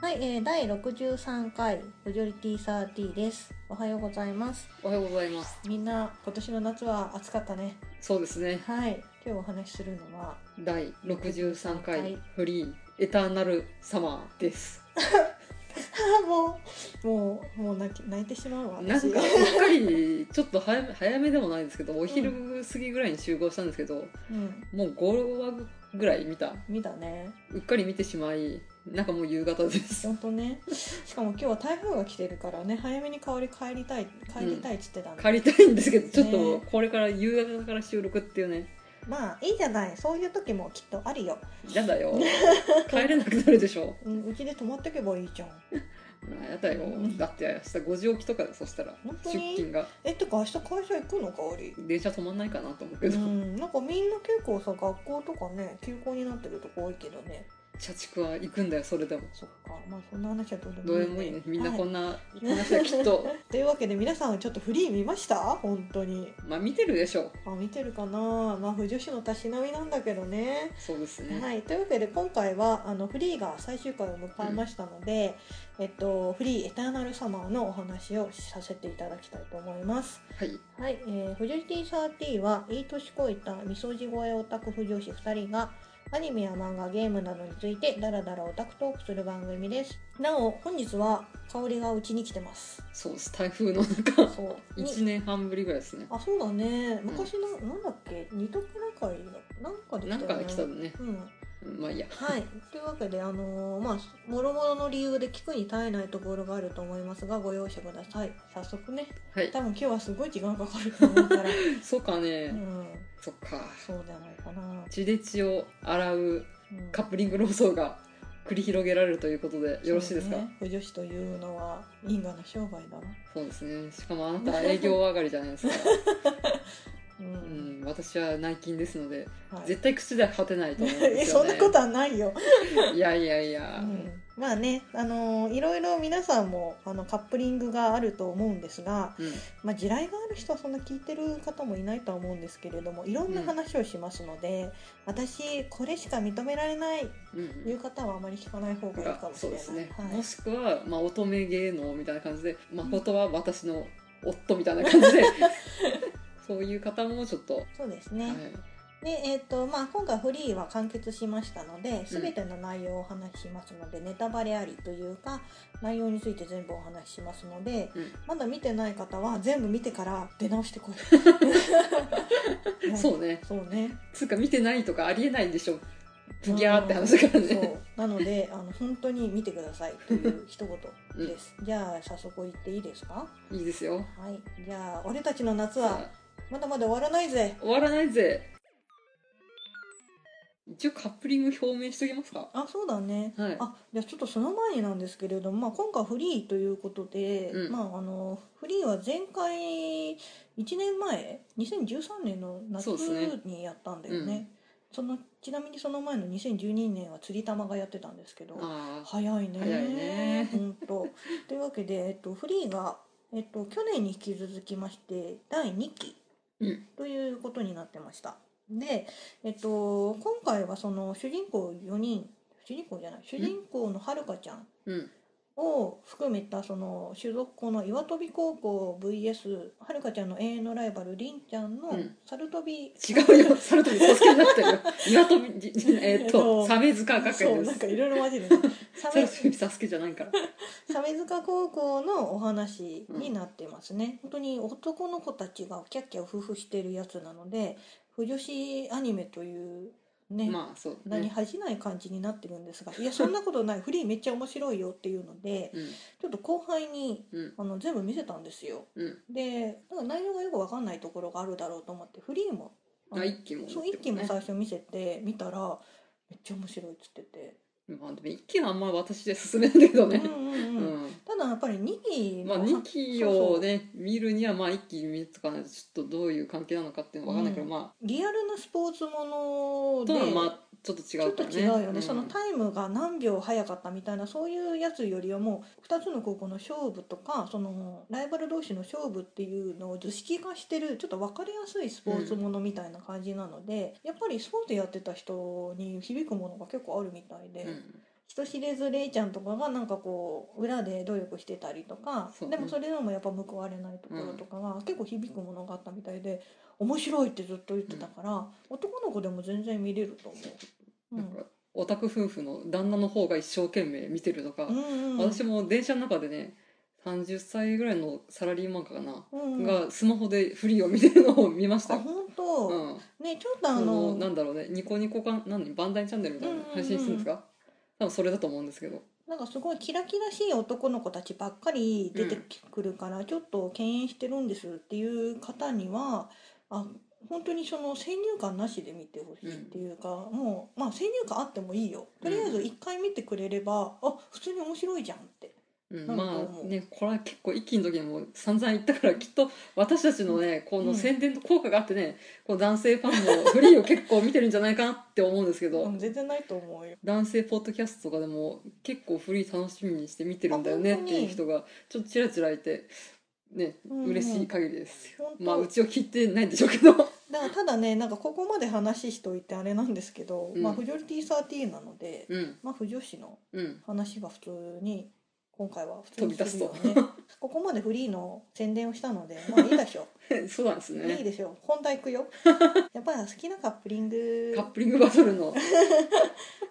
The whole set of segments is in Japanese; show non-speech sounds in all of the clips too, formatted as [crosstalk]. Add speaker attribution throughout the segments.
Speaker 1: はい、えー、第63回マジョリティサーティです。おはようございます。
Speaker 2: おはようございます。
Speaker 1: みんな今年の夏は暑かったね。
Speaker 2: そうですね。
Speaker 1: はい。今日お話しするのは [laughs]
Speaker 2: 第63回フリーエターナルサマーです。
Speaker 1: もうもうもう泣き泣いてしまうわ
Speaker 2: なんかうっかりちょっと早め早めでもないんですけどお昼過ぎぐらいに集合したんですけど、
Speaker 1: うん、
Speaker 2: もう5話ぐらい見た
Speaker 1: 見たね
Speaker 2: うっかり見てしまいなんかもう夕方です [laughs]
Speaker 1: 本当ねしかも今日は台風が来てるからね早めに香り帰りたい帰りたいっつってた、ね
Speaker 2: うん、帰りたいんですけどちょっとこれから夕方から収録っていうね
Speaker 1: まあいいじゃないそういう時もきっとあるよ
Speaker 2: やだよ帰れなくなるでしょ
Speaker 1: う、うん、うちで泊まってけばいいじゃん
Speaker 2: まあやだよ、だって明日5時起きとかでそしたら出勤が
Speaker 1: えってか明日会社行くのかおり、
Speaker 2: 電車止まんないかなと思うけど、うん
Speaker 1: なんかみんな結構さ学校とかね休校になってるとこ多いけどね
Speaker 2: 社畜は行くんだよそれでも
Speaker 1: そっかまあそんな話はどうで
Speaker 2: もいい、ね、どうでもいいねみんなこんな話はきっ [laughs] と
Speaker 1: というわけで皆さんちょっとフリー見ました本当に
Speaker 2: まあ見てるでしょ
Speaker 1: あ見てるかなまあ不女子のたしなみなんだけどね
Speaker 2: そうですね
Speaker 1: はいというわけで今回はあのフリーが最終回を迎えましたので、うん、えっとフリーエターナルサマーのお話をさせていただきたいと思います
Speaker 2: はい、
Speaker 1: はいえー、フジョリティサーティはいい年こいたみそじ声オタク不女子2人がアニメや漫画、ゲームなどについてダラダラオタクトークする番組です。なお、本日は香りがうちに来てます。
Speaker 2: そうです。台風の中、そ1年 [laughs] 半ぶりぐらいですね。
Speaker 1: あ、そうだね。昔の、うん、なんだっけ、二度くらいなんかで
Speaker 2: 来たね。なんか来たね。
Speaker 1: うん。
Speaker 2: まあいいや。
Speaker 1: はい。というわけで、あのー、まあ、もろもろの理由で聞くに耐えないところがあると思いますが、ご容赦ください。早速ね。
Speaker 2: はい。
Speaker 1: 多分今日はすごい時間かかると思う
Speaker 2: [laughs]
Speaker 1: から。
Speaker 2: そうかね。
Speaker 1: うん。
Speaker 2: そっか。
Speaker 1: そうじゃないかな。
Speaker 2: 血で血を洗うカップリング論争が繰り広げられるということで、よろしいですか、
Speaker 1: ね、女子というのは因果の商売だな。
Speaker 2: そうですね。しかもあなた営業上がりじゃないです [laughs] か。うん、うん、私は内勤ですので、はい、絶対口では勝てないと思うんです [laughs]
Speaker 1: よ、ね、そんなことはないよ、
Speaker 2: いやいやいや、うん
Speaker 1: まあねあのいろいろ皆さんもあのカップリングがあると思うんですが、
Speaker 2: うん、
Speaker 1: まあ、地雷がある人はそんな聞いてる方もいないとは思うんですけれどもいろんな話をしますので、私これしか認められないいう方はあまり聞かない方がいいかもしれない、
Speaker 2: ね、
Speaker 1: はい
Speaker 2: もしくは、まあ、乙女芸能みたいな感じで誠は私の夫みたいな感じで。 [laughs] そういう方もちょっと。
Speaker 1: そうですね。はい、で、えっ、ー、と、まあ、今回フリーは完結しましたので、すべての内容をお話ししますので、うん、ネタバレありというか、内容について全部お話ししますので、
Speaker 2: うん、
Speaker 1: まだ見てない方は全部見てから出直してこい。
Speaker 2: [laughs] そうね。
Speaker 1: そうね。
Speaker 2: つうか見てないとかありえないんでしょ。ギャーって話からね。
Speaker 1: そうなので、あの本当に見てくださいという一言です。うん、じゃあ早速言っていいですか？
Speaker 2: いいですよ。
Speaker 1: はい。じゃあ俺たちの夏はまだまだ終わらないぜ
Speaker 2: 終わらないぜ一応カップリング表明しときますか
Speaker 1: あそうだね、
Speaker 2: はい、
Speaker 1: あじゃあちょっとその前になんですけれども、まあ、今回フリーということで、
Speaker 2: うん、
Speaker 1: まあ、あのフリーは前回1年前2013年の夏にやったんだよねそのちなみにその前の2012年は釣り玉がやってたんですけど早いね
Speaker 2: 早いね
Speaker 1: 本当というわけで、えっと、フリーが、えっと、去年に引き続きまして第2期
Speaker 2: うん、
Speaker 1: ということになってました。で、えっと、今回はその主人公4人主人公じゃない主人公のはるかちゃんを含めたその所属校の岩飛び高校 VS はるかちゃんの永遠のライバルりんちゃんの猿飛び、
Speaker 2: うん、違うよ猿飛びサスケになってるよ [laughs] 岩飛びえー、っと鮫塚学園です
Speaker 1: そうなんかいろいろ混じ
Speaker 2: [laughs]
Speaker 1: る
Speaker 2: 猿飛びサスケじゃないから
Speaker 1: 鮫塚高校のお話になってますね、うん、本当に男の子たちがキャッキャ夫婦してるやつなので不女子アニメというね、
Speaker 2: まあそう、ね、
Speaker 1: 何恥じない感じになってるんですがいやそんなことない [laughs] フリーめっちゃ面白いよっていうので、
Speaker 2: うん、
Speaker 1: ちょっと後輩に、
Speaker 2: うん、
Speaker 1: あの全部見せたんですよ。
Speaker 2: うん、
Speaker 1: でなんか内容がよく分かんないところがあるだろうと思ってフリーも
Speaker 2: あ一期も、
Speaker 1: そう一期も最初見せて見たらめっちゃ面白いっつってて。
Speaker 2: まあ、でも一期はあんまり私で進めるけどね、 [laughs]
Speaker 1: ただやっぱり2
Speaker 2: 期まあ2期をね見るにはまあ1期見とかないとちょっとどういう関係なのかっていうの分かんないけど、うん、まあ
Speaker 1: リアルなスポーツもの
Speaker 2: とはまあちょっと違うからね
Speaker 1: ちょっと違うよね、うん、そのタイムが何秒早かったみたいなそういうやつよりはもう2つの高校の勝負とかそのライバル同士の勝負っていうのを図式化してるちょっと分かりやすいスポーツものみたいな感じなので、うん、やっぱりスポーツやってた人に響くものが結構あるみたいで。人知れずレイちゃんとかがなんかこう裏で努力してたりとか、
Speaker 2: そうね
Speaker 1: でもそれでもやっぱ報われないところとかが結構響くものがあったみたいで面白いってずっと言ってたから、男の子でも全然見れると思う。う
Speaker 2: なん
Speaker 1: ん
Speaker 2: かオタク夫婦の旦那の方が一生懸命見てるとか、
Speaker 1: うんうん、
Speaker 2: 私も電車の中でね30歳ぐらいのサラリーマンかな、
Speaker 1: うんうん、
Speaker 2: がスマホでフリーを見てるのを見まし
Speaker 1: あ
Speaker 2: たよ、
Speaker 1: 本当、
Speaker 2: うん、
Speaker 1: ねちょっとあ
Speaker 2: そ
Speaker 1: の
Speaker 2: のなんだろうねニコニコか何バンダイチャンネルみたいなの配信してるんですか、多分それだと思うんですけど
Speaker 1: なんかすごいキラキラしい男の子たちばっかり出てくるから、ちょっと敬遠してるんですっていう方にはあ本当にその先入観なしで見てほしいっていうか、もうまあ先入観あってもいいよとりあえず一回見てくれれば、あ普通に面白いじゃんって
Speaker 2: うん、
Speaker 1: なんか
Speaker 2: ま
Speaker 1: も
Speaker 2: あ
Speaker 1: う
Speaker 2: ねこれは結構一気の時にもう散々言ったからきっと私たちのねこの宣伝と効果があってね、こう男性ファンもフリーを結構見てるんじゃないかなって思うんですけど、
Speaker 1: うん全然ないと思うよ。
Speaker 2: 男性ポッドキャストとかでも結構フリー楽しみにして見てるんだよね
Speaker 1: あ
Speaker 2: っ
Speaker 1: 本当に
Speaker 2: ていう人がちょっとちらちらいてね
Speaker 1: うんうん
Speaker 2: 嬉しい限りですよ
Speaker 1: 本当
Speaker 2: まあうちを聞いてないんでしょう
Speaker 1: [laughs]
Speaker 2: け
Speaker 1: だ
Speaker 2: ど
Speaker 1: からただねなんかここまで話しといてあれなんですけど、
Speaker 2: うん
Speaker 1: まあフジョリティー13なので、
Speaker 2: うん
Speaker 1: まあ不女子の
Speaker 2: うん
Speaker 1: 話が普通に今回は普通に
Speaker 2: 飛び出すと
Speaker 1: するよね [laughs] ここまでフリーの宣伝をしたのでまあいいでしょ
Speaker 2: そうなんです
Speaker 1: ういい
Speaker 2: [laughs] ね
Speaker 1: でしょう本題行く
Speaker 2: [laughs]
Speaker 1: よやっぱり好きなカップリング
Speaker 2: カップリングバトルの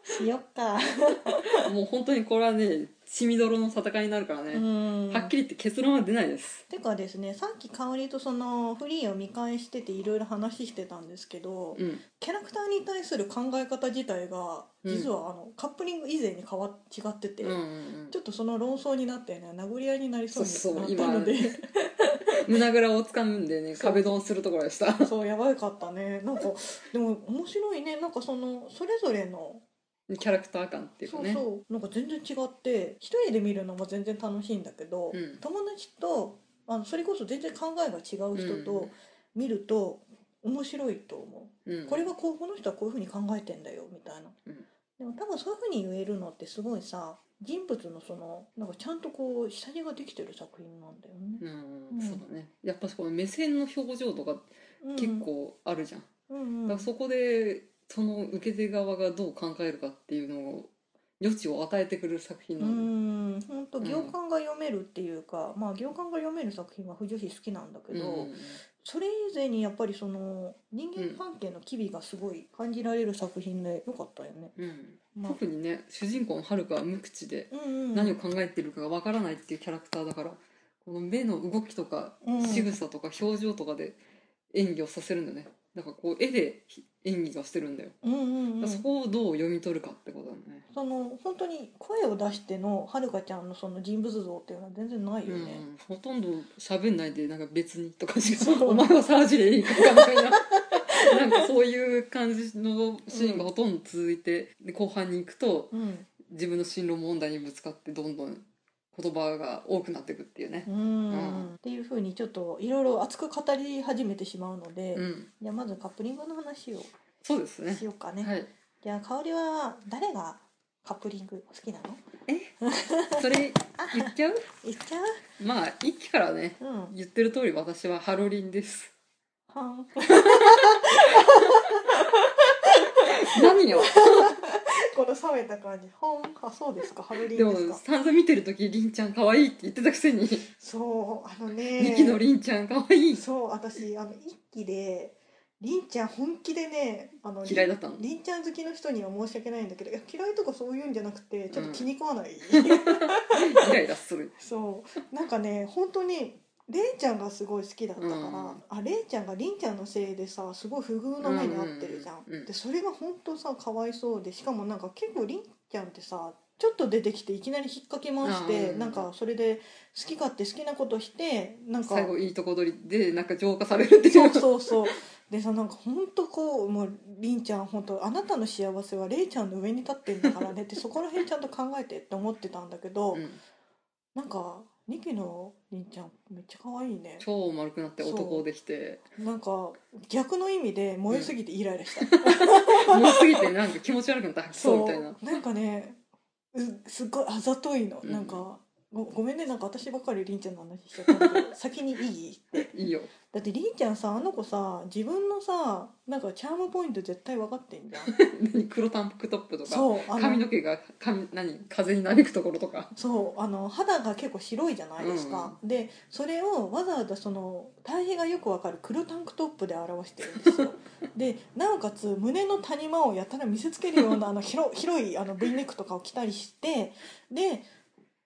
Speaker 1: しよっか
Speaker 2: [laughs] もう本当にこれはね血みどろの戦いになるから
Speaker 1: う
Speaker 2: ね、
Speaker 1: ん
Speaker 2: はっきり言って結論は出ないです
Speaker 1: てかですねさっき香りとそのフリーを見返してていろいろ話してたんですけど
Speaker 2: うん
Speaker 1: キャラクターに対する考え方自体が
Speaker 2: うん
Speaker 1: 実はあの、カップリング以前に変わっ違ってて、
Speaker 2: うんうんうん
Speaker 1: ちょっとその論争になってね殴り合いになりそう
Speaker 2: そう
Speaker 1: に
Speaker 2: そう
Speaker 1: なったので。
Speaker 2: 胸ぐらを掴んでね
Speaker 1: そう
Speaker 2: 壁ドンするところでした [laughs]
Speaker 1: そうやばいかったねなんかでも面白いねなんかそのそれぞれの、
Speaker 2: キャラクター感っていうか
Speaker 1: そう
Speaker 2: ね
Speaker 1: そうなんか全然違って一人で見るのも全然楽しいんだけど、
Speaker 2: うん
Speaker 1: 友達とあのそれこそ全然考えが違う人と見ると面白いと思
Speaker 2: うんう
Speaker 1: う、
Speaker 2: ん
Speaker 1: これはこうこの人はこういうふうに考えてんだよみたいな、
Speaker 2: うん
Speaker 1: でも多分そういうふうに言えるのってすごいさ人物のそのなんかちゃんとこう下地ができてる作品なんだよね、
Speaker 2: う、
Speaker 1: うんん
Speaker 2: そうだねやっぱそこの目線の表情とか
Speaker 1: うんうん
Speaker 2: 結、構あるじゃん、
Speaker 1: うんうん、
Speaker 2: だからそこでその受け手側がどう考えるかっていうのを余地を与えてくれる作品
Speaker 1: う
Speaker 2: なんで
Speaker 1: ん本当
Speaker 2: うん
Speaker 1: 行間が読めるっていうか、まあ行間が読める作品は不女子好きなんだけど、
Speaker 2: うん
Speaker 1: それ以前にやっぱりその人間関係の機微がすごい感じられる作品でよかったよね。
Speaker 2: うん
Speaker 1: まあ
Speaker 2: 特にね主人公のはるかは無口で
Speaker 1: うんうん、
Speaker 2: 何を考えてるかがわからないっていうキャラクターだからこの目の動きとか
Speaker 1: うん
Speaker 2: 仕草とか表情とかで演技をさせるんだよねだからこう絵で演技がしてるんだよ、
Speaker 1: うんうんうん、
Speaker 2: だからそ
Speaker 1: そ
Speaker 2: こをどう読み取るかってことだね
Speaker 1: の本当に声を出してのはるかちゃんのその人物像っていうのは全然ないよね。
Speaker 2: うん、ほとんど喋んないでなんか別にとかしか
Speaker 1: そう
Speaker 2: お前は沢尻エリカかみたいな [laughs] なんかそういう感じのシーンがほとんど続いて、で後半に行くと
Speaker 1: うん
Speaker 2: 自分の進路問題にぶつかってどんどん言葉が多くなっていくっていうね
Speaker 1: う、ん
Speaker 2: うん
Speaker 1: っていうふうにちょっといろいろ熱く語り始めてしまうので、
Speaker 2: うん、
Speaker 1: じゃあまずカップリングの話を
Speaker 2: そうですね
Speaker 1: しようかね。
Speaker 2: はい
Speaker 1: じゃあ香りは誰がカップリング好きなの
Speaker 2: それ言っちゃう
Speaker 1: 言っちゃう
Speaker 2: まあ一気からね
Speaker 1: うんは
Speaker 2: 言ってる通り私はハロリ
Speaker 1: [laughs]
Speaker 2: ンです
Speaker 1: ん
Speaker 2: 何よ
Speaker 1: この冷めた感じほんあそうですかハロリ
Speaker 2: で
Speaker 1: ン
Speaker 2: も
Speaker 1: ですか
Speaker 2: 散々見てる時りんちゃん可愛いって言ってたくせに
Speaker 1: そうあの
Speaker 2: 二
Speaker 1: ね
Speaker 2: 期のりんちゃん可愛い
Speaker 1: そう私あの一期でりんちゃん本気でねあの
Speaker 2: 嫌いだったの
Speaker 1: りんちゃん好きの人には申し訳ないんだけどいや嫌いとかそういうんじゃなくてちょっと気に食わない、
Speaker 2: イライラする
Speaker 1: そうなんかね本当にれいちゃんがすごい好きだったから、
Speaker 2: うん
Speaker 1: あれいちゃんがりんちゃんのせいでさすごい不遇の目に遭ってるじゃん,、
Speaker 2: うんうんうんうん
Speaker 1: でそれが本当さかわいそうでしかもなんか結構りんちゃんってさちょっと出てきていきなり引っ掛け回して、
Speaker 2: うん
Speaker 1: なんかそれで好き勝手好きなことしてなんか
Speaker 2: 最後いいとこ取りでなんか浄化されるっていう
Speaker 1: そうそうそうでさなんか本当こうもうりんちゃん本当あなたの幸せはれいちゃんの上に立ってんだからねってそこら辺ちゃんと考えてって思ってたんだけど、
Speaker 2: うん
Speaker 1: なんかニキのりんちゃんめっちゃ可愛いね
Speaker 2: 超丸くなって男できて
Speaker 1: なんか逆の意味で燃えすぎてイライラした、 [laughs]
Speaker 2: 重すぎてなんか気持ち悪くなって吐きそうみたいな
Speaker 1: なんかねうすっごいあざといの、
Speaker 2: うん
Speaker 1: なんかごごめんねなんか私ばっかりりんちゃんの話しちゃったけ [laughs] ど先にいいって
Speaker 2: いいよ
Speaker 1: だってりんちゃんさあの子さ自分のさなんかチャームポイント絶対分かってん [laughs] じゃん
Speaker 2: 何黒タンクトップとか
Speaker 1: そうあ
Speaker 2: 髪
Speaker 1: の
Speaker 2: の毛が髪何風になびくところとか
Speaker 1: そうあの肌が結構白いじゃないですか、でそれをわざわざその対比がよくわかる黒タンクトップで表してるんです
Speaker 2: [laughs]
Speaker 1: よでなおかつ胸の谷間をやたら見せつけるようなあの広 [laughs] 広いあの V ネックとかを着たりしてで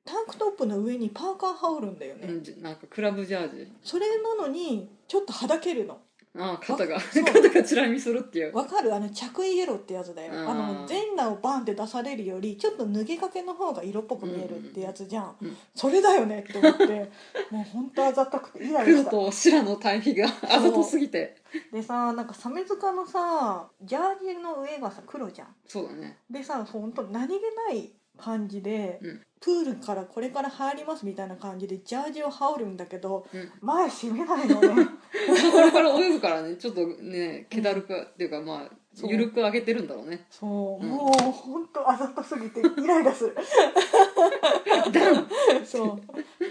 Speaker 1: タンクトップの上にパーカー羽織るんだよね、
Speaker 2: うんじなんかクラブジャージ
Speaker 1: それなのにちょっとはだけるの
Speaker 2: ああ肩が
Speaker 1: そう
Speaker 2: [laughs] 肩がチラ見するっていう
Speaker 1: わかるあの着衣エロってやつだよ
Speaker 2: うん
Speaker 1: あの全裸をバンって出されるよりちょっと脱ぎかけの方が色っぽく見えるってやつじゃん、
Speaker 2: うんうん
Speaker 1: それだよねって思
Speaker 2: [laughs]
Speaker 1: ってもう本当あざったくてイライラ
Speaker 2: 黒
Speaker 1: した
Speaker 2: と白の対比があざとすぎて
Speaker 1: でさなんかサメ塚のさジャージの上がさ黒じゃん
Speaker 2: そうだね
Speaker 1: でさ本当何気ない感じで、
Speaker 2: うん
Speaker 1: プールからこれから入りますみたいな感じでジャージを羽織るんだけど、
Speaker 2: うん
Speaker 1: 前閉めないのね
Speaker 2: これから泳ぐからねちょっとね気だるくっていうかまあ
Speaker 1: そう
Speaker 2: 緩く上げてるんだろうね
Speaker 1: そう、
Speaker 2: うん
Speaker 1: もう本当あざとすぎてイライラする
Speaker 2: [laughs] ダン
Speaker 1: そ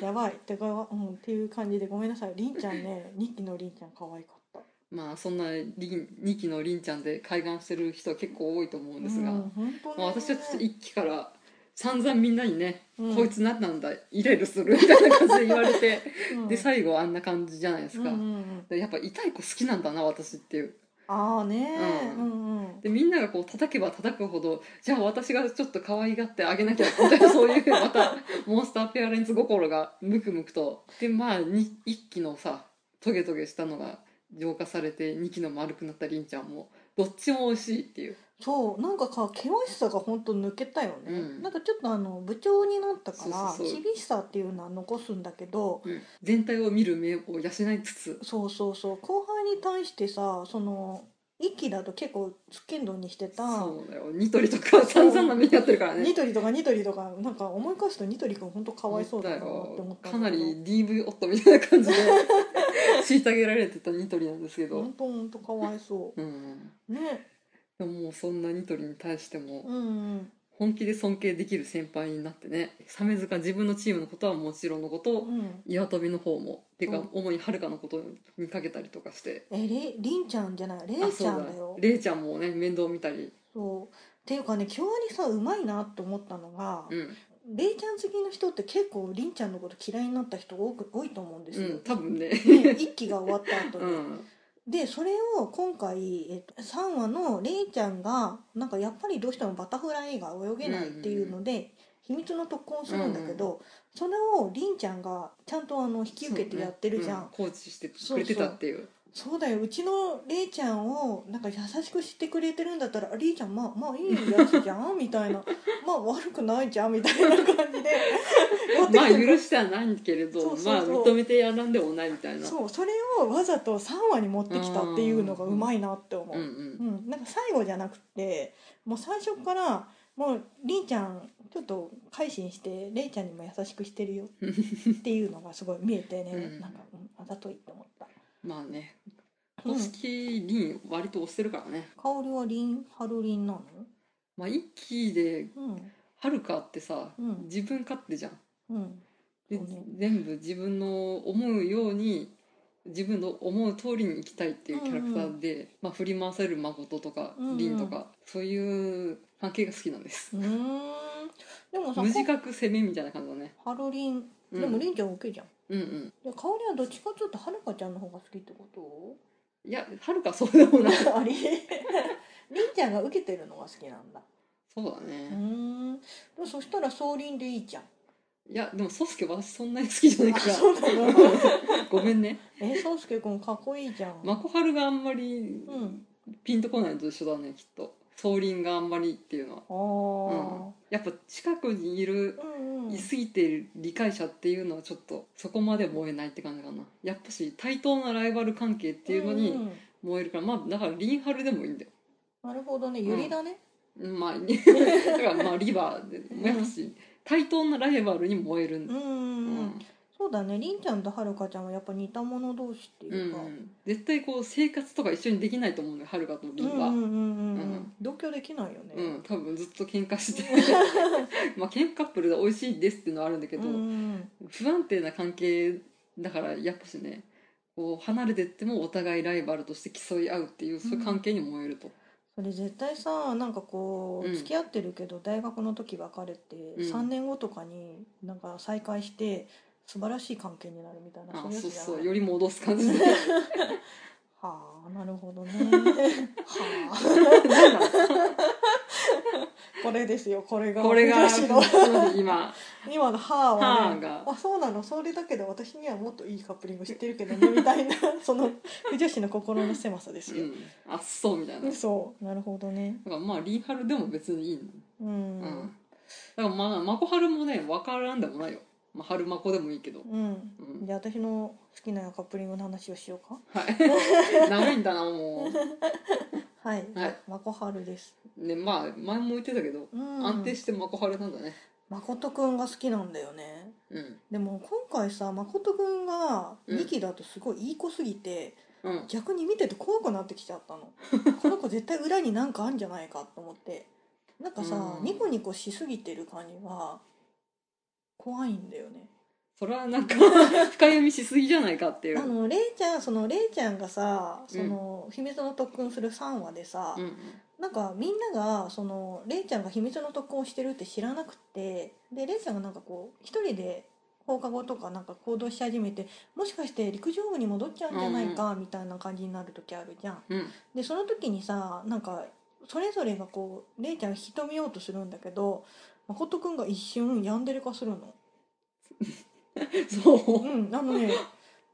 Speaker 1: うやばいてか、うん、っていう感じでごめんなさいりんちゃんね2期のりんちゃん可愛かった
Speaker 2: まあそんな2期のりんちゃんで開眼してる人は結構多いと思うんですが、
Speaker 1: うん、本当
Speaker 2: まあ、私はちょっと
Speaker 1: い
Speaker 2: 1期から散々みんなにね、
Speaker 1: うん
Speaker 2: こいつ何なんだイライラするみたいな感じで言われて、
Speaker 1: [laughs]
Speaker 2: で
Speaker 1: で
Speaker 2: 最後あんな感じじゃないです
Speaker 1: うん
Speaker 2: か、
Speaker 1: うんうん、
Speaker 2: でやっぱ痛い子好きなんだな私っていう
Speaker 1: ああね
Speaker 2: う
Speaker 1: うんんうん
Speaker 2: でみんながこう叩けば叩くほどじゃあ私がちょっと可愛がってあげなきゃみたいなそういうまたモンスターペアレンツ心がムクムクとでまあ1期のさトゲトゲしたのが浄化されて2期の丸くなったりんちゃんもどっちも美味しいっていう
Speaker 1: そうなんかか険しさが本当抜けたよね、
Speaker 2: うん
Speaker 1: なんかちょっとあの部長になったから
Speaker 2: そうそうそう
Speaker 1: 厳しさっていうのは残すんだけど
Speaker 2: 全体を見る目を養いつつ
Speaker 1: そうそうそう後輩に対してさその一期だと結構つっけんどんにしてた
Speaker 2: そうだよニトリとか散々な目にあってるからね
Speaker 1: ニトリとかニトリとかなんか思い返すとニトリくん本当かわいそうだなって思った
Speaker 2: か
Speaker 1: ん
Speaker 2: な
Speaker 1: だけど
Speaker 2: り DV 夫みたいな感じで虐げられてたニトリなんですけど
Speaker 1: 本当本当かわいそ
Speaker 2: うん
Speaker 1: うね
Speaker 2: でももうそんなニトリに対しても
Speaker 1: うんうん
Speaker 2: 本気で尊敬できる先輩になってね鮫塚自分のチームのことはもちろんのこと
Speaker 1: うん
Speaker 2: 岩飛びの方もてか
Speaker 1: うん
Speaker 2: 主に遥のことにかけたりとかして
Speaker 1: えれりんちゃんじゃないれ
Speaker 2: あ
Speaker 1: い
Speaker 2: そう
Speaker 1: ちゃんだよ
Speaker 2: レイちゃんもね面倒見たり
Speaker 1: そうっていうかね京アニさうまいなと思ったのが
Speaker 2: うん、
Speaker 1: れいちゃん好きの人って結構りんちゃんのこと嫌いになった人多く多いと思うんです
Speaker 2: う
Speaker 1: よ、
Speaker 2: ん、多分ね
Speaker 1: ね、一期が終わった後 [laughs]
Speaker 2: う
Speaker 1: に、
Speaker 2: ん
Speaker 1: でそれを今回、えっと、3話のれいちゃんがなんかやっぱりどうしてもバタフライが泳げないっていうので、秘密の特訓をするんだけど、それをりんちゃんがちゃんとあの引き受けてやってるじゃん
Speaker 2: そうねうんコーチしてくれてたっていう
Speaker 1: そうだようちのれいちゃんをなんか優しくしてくれてるんだったらあれいちゃんまあまあいいやつじゃんみたいな [laughs] まあ悪くないじゃんみたいな感 [laughs] じでやって
Speaker 2: まあ
Speaker 1: きて
Speaker 2: 許してはないけれど
Speaker 1: そうそうそう
Speaker 2: まあ認めてやらんでもないみたいな
Speaker 1: そうそれをわざと3話に持ってきたっていうのがうまいなって思う、
Speaker 2: うんう
Speaker 1: うんん、なんか最後じゃなくてもう最初からもうりんちゃんちょっと改心してれいちゃんにも優しくしてるよっていうのがすごい見えてね、
Speaker 2: うん
Speaker 1: なんか、うん、あざといって思った、
Speaker 2: まあね
Speaker 1: うん、
Speaker 2: 公式リン割と押してるからね、
Speaker 1: 香りはりんはるりんなの
Speaker 2: まあ一期で
Speaker 1: うん
Speaker 2: はるかってさ、
Speaker 1: うん
Speaker 2: 自分勝手じゃん
Speaker 1: うん
Speaker 2: で、
Speaker 1: そうね
Speaker 2: 全部自分の思うように自分の思う通りに生きたいっていうキャラクターで、まあ、振り回される誠とか
Speaker 1: うんうん
Speaker 2: 凛、とかそういう関係が好きなんです
Speaker 1: う、ーんでもさ
Speaker 2: 無自覚攻めみたいな感じだね
Speaker 1: はるりん
Speaker 2: うん
Speaker 1: でもりんちゃん OK じゃん、
Speaker 2: うんうん
Speaker 1: で香りはどっちかちょっとはるかちゃんの方が好きってこと
Speaker 2: いやはるかはそうでもない
Speaker 1: [laughs] あり [laughs] りんちゃんが受けてるのが好きなんだ
Speaker 2: そうだ
Speaker 1: う
Speaker 2: ね、
Speaker 1: ーんでもそしたら総輪でいいじゃん
Speaker 2: いやでもソスケ私そんなに好きじゃない
Speaker 1: あ
Speaker 2: から
Speaker 1: そうなの
Speaker 2: [laughs] ごめんね
Speaker 1: えそうすけくんかっこいいじゃん、
Speaker 2: マコハルがあんまり
Speaker 1: うん
Speaker 2: ピンとこないのと一緒だねきっと総輪があんまりっていうの
Speaker 1: あ
Speaker 2: はやっぱ近くにいる
Speaker 1: ー、うんうん
Speaker 2: いすぎている理解者っていうのはちょっとそこまで燃えないって感じかなやっぱし対等なライバル関係っていうの
Speaker 1: ん
Speaker 2: に
Speaker 1: ん
Speaker 2: 燃えるからまあだからリンハルでもいいんだよ
Speaker 1: なるほどねゆりだね、
Speaker 2: まあ [laughs] だからまあリバーでやっぱし対等なライバルに燃えるん
Speaker 1: う
Speaker 2: だ
Speaker 1: んうんうん、
Speaker 2: うん
Speaker 1: そそうだね凛ちゃんとはるかちゃんはやっぱ似た者同士って
Speaker 2: う
Speaker 1: い
Speaker 2: ん
Speaker 1: うか、
Speaker 2: 絶対こう生活とか一緒にできないと思うのよはるかとりんは、
Speaker 1: う
Speaker 2: うんん
Speaker 1: うんうんうん、う
Speaker 2: うんん、
Speaker 1: 同居できないよね、
Speaker 2: 多分ずっと喧嘩して
Speaker 1: [laughs]
Speaker 2: まあ喧嘩カップルで美味しいですっていうのはあるんだけど、
Speaker 1: うんうん
Speaker 2: 不安定な関係だからやっぱしねこう離れてってもお互いライバルとして競い合うっていうそういう関係に燃えると、
Speaker 1: それ絶対さなんかこう、
Speaker 2: うん
Speaker 1: 付き合ってるけど大学の時別れて、
Speaker 2: ん
Speaker 1: 3年後とかになんか再会して素晴らしい関係になるみたいな
Speaker 2: あ
Speaker 1: いやつ
Speaker 2: そう
Speaker 1: じゃん
Speaker 2: そうより戻す [laughs] 感じで
Speaker 1: はあなるほ
Speaker 2: [laughs]
Speaker 1: どねは
Speaker 2: なんだ
Speaker 1: あこれですよこれが
Speaker 2: これが
Speaker 1: 私の
Speaker 2: 今 [laughs]
Speaker 1: 今の「はあ」はね、
Speaker 2: はあが
Speaker 1: あそうなのそれだけど私にはもっといいカップリング知ってるけどねみた
Speaker 2: [laughs]
Speaker 1: いなその不女子の心の狭さです
Speaker 2: う
Speaker 1: よ、
Speaker 2: ん、あっそうみたいなだ
Speaker 1: そうなるほどね
Speaker 2: からまあリンハルでも別にいいの
Speaker 1: うん
Speaker 2: うん、だからまあマコハルもね分からんでもないよ、まあ、春マコでもいいけど
Speaker 1: うん、
Speaker 2: うん
Speaker 1: じゃあ私の好きなカップリングの話をしようか
Speaker 2: [laughs] はい長いんだなも
Speaker 1: はい、
Speaker 2: はい
Speaker 1: まこはるです、
Speaker 2: うねまあ前も言ってたけど、
Speaker 1: うん、
Speaker 2: 安定してマコハルなんだね
Speaker 1: まことくんが好きなんだよね
Speaker 2: うん
Speaker 1: でも今回さまことくんが
Speaker 2: うん
Speaker 1: 2期だとすごいいい子すぎて、
Speaker 2: うん
Speaker 1: 逆に見てて怖くなってきちゃ [laughs] ったのこの子絶対裏になんかあんじゃないかと思ってなんかさ、
Speaker 2: うん
Speaker 1: ニコニコしすぎてる感じが怖いんだよね
Speaker 2: それはなん [laughs] か深読みしすぎじゃないかっていう
Speaker 1: あのレイちゃんそのレイちゃんがさその、秘密の特訓する3話でさ、
Speaker 2: うん
Speaker 1: なんかみんながそのレイちゃんが秘密の特訓をしてるって知らなくてでレイちゃんがなんかこう一人で放課後とかなんか行動し始めてもしかして陸上部に戻っちゃうんじゃないかみたいな感じになる時あるじゃん。
Speaker 2: うん
Speaker 1: でその時にさなんかそれぞれがこうレイちゃんを引き止めようとするんだけど誠くんが一瞬ヤンデレ化するの。
Speaker 2: そう
Speaker 1: うん、あのね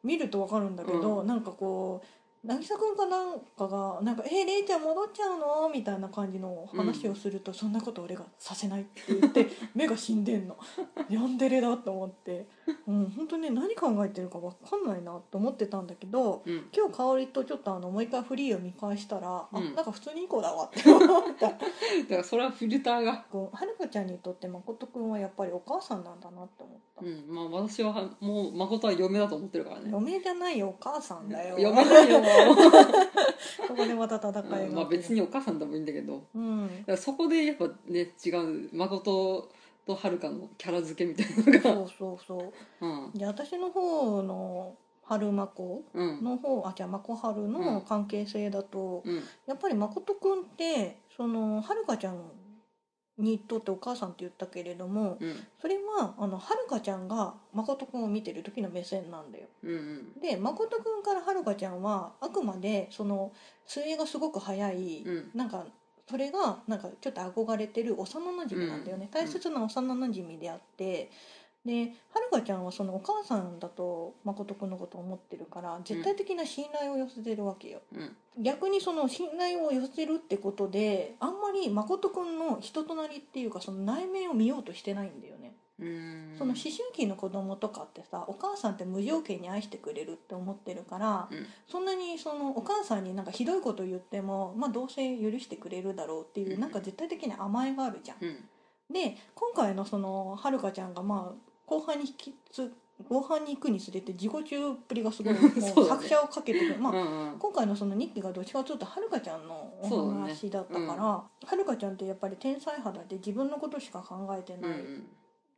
Speaker 1: 見るとわかるんだけど、
Speaker 2: う
Speaker 1: なんかこう渚くんかなんかが「なんかえレイちゃん戻っちゃうの?」みたいな感じの話をすると「そんなこと俺がさせない」って言って目が死んでんのヤンデレだと思って、うん、本当ね何考えてるかわかんないなと思ってたんだけど、
Speaker 2: うん
Speaker 1: 今日香りとちょっとあのもう一回フリーを見返したら、
Speaker 2: う
Speaker 1: あ
Speaker 2: ん
Speaker 1: なんか普通にいい子だわ
Speaker 2: [laughs]
Speaker 1: って思った
Speaker 2: だからそれはフィルターが
Speaker 1: こうはるかちゃんにとって誠くんはやっぱりお母さんなんだなって思った、
Speaker 2: うんまあ私はもう誠は嫁だと思ってるからね
Speaker 1: 嫁じゃないよお母さんだよ
Speaker 2: 嫁だよ、
Speaker 1: [laughs] そこでまた戦いが、
Speaker 2: うんまあ別にお母さんでもいいんだけど
Speaker 1: うん
Speaker 2: だからそこでやっぱね違う誠とはるかのキャラ付けみたいな
Speaker 1: そ
Speaker 2: のが
Speaker 1: うそうそう
Speaker 2: うん
Speaker 1: で私の方の春まこ
Speaker 2: うん
Speaker 1: の方あじゃあまこはる
Speaker 2: う
Speaker 1: の
Speaker 2: ん
Speaker 1: 関係性だと、
Speaker 2: うん
Speaker 1: やっぱり誠くんってそのはるかちゃんにとってお母さんって言ったけれども、
Speaker 2: うん
Speaker 1: それはあのはるかちゃんが誠くんを見てる時の目線なんだよ
Speaker 2: うんうん
Speaker 1: で誠くんからはるかちゃんはあくまでその水泳がすごく速い、
Speaker 2: うん
Speaker 1: なんかそれがなんかちょっと憧れてる幼なじみなんだよね、
Speaker 2: うん
Speaker 1: 大切な幼なじみであってではるかちゃんはそのお母さんだと誠くんのことを思ってるから絶対的な信頼を寄せてるわけよ、
Speaker 2: うん
Speaker 1: 逆にその信頼を寄せるってことであんまり誠くんの人となりっていうかその内面を見ようとしてないんだよね、
Speaker 2: うん
Speaker 1: その思春期の子供とかってさお母さんって無条件に愛してくれるって思ってるから、
Speaker 2: うん
Speaker 1: そんなにそのお母さんになんかひどいこと言っても、まあ、どうせ許してくれるだろうっていううんなんか絶対的に甘えがあるじゃん。
Speaker 2: うん
Speaker 1: で今回のそのはるかちゃんがまあ後半に引きつ後半に行くにつれて自己中っぷりがすごいも
Speaker 2: [laughs] そううだね
Speaker 1: 作者をかけてる、まあ
Speaker 2: う、んうん
Speaker 1: 今回のその日記がどっちかというとはるかちゃんの
Speaker 2: そ
Speaker 1: お
Speaker 2: うだね
Speaker 1: 話だったから、
Speaker 2: うん
Speaker 1: はるかちゃんってやっぱり天才肌で自分のことしか考えて
Speaker 2: う
Speaker 1: ない、
Speaker 2: ん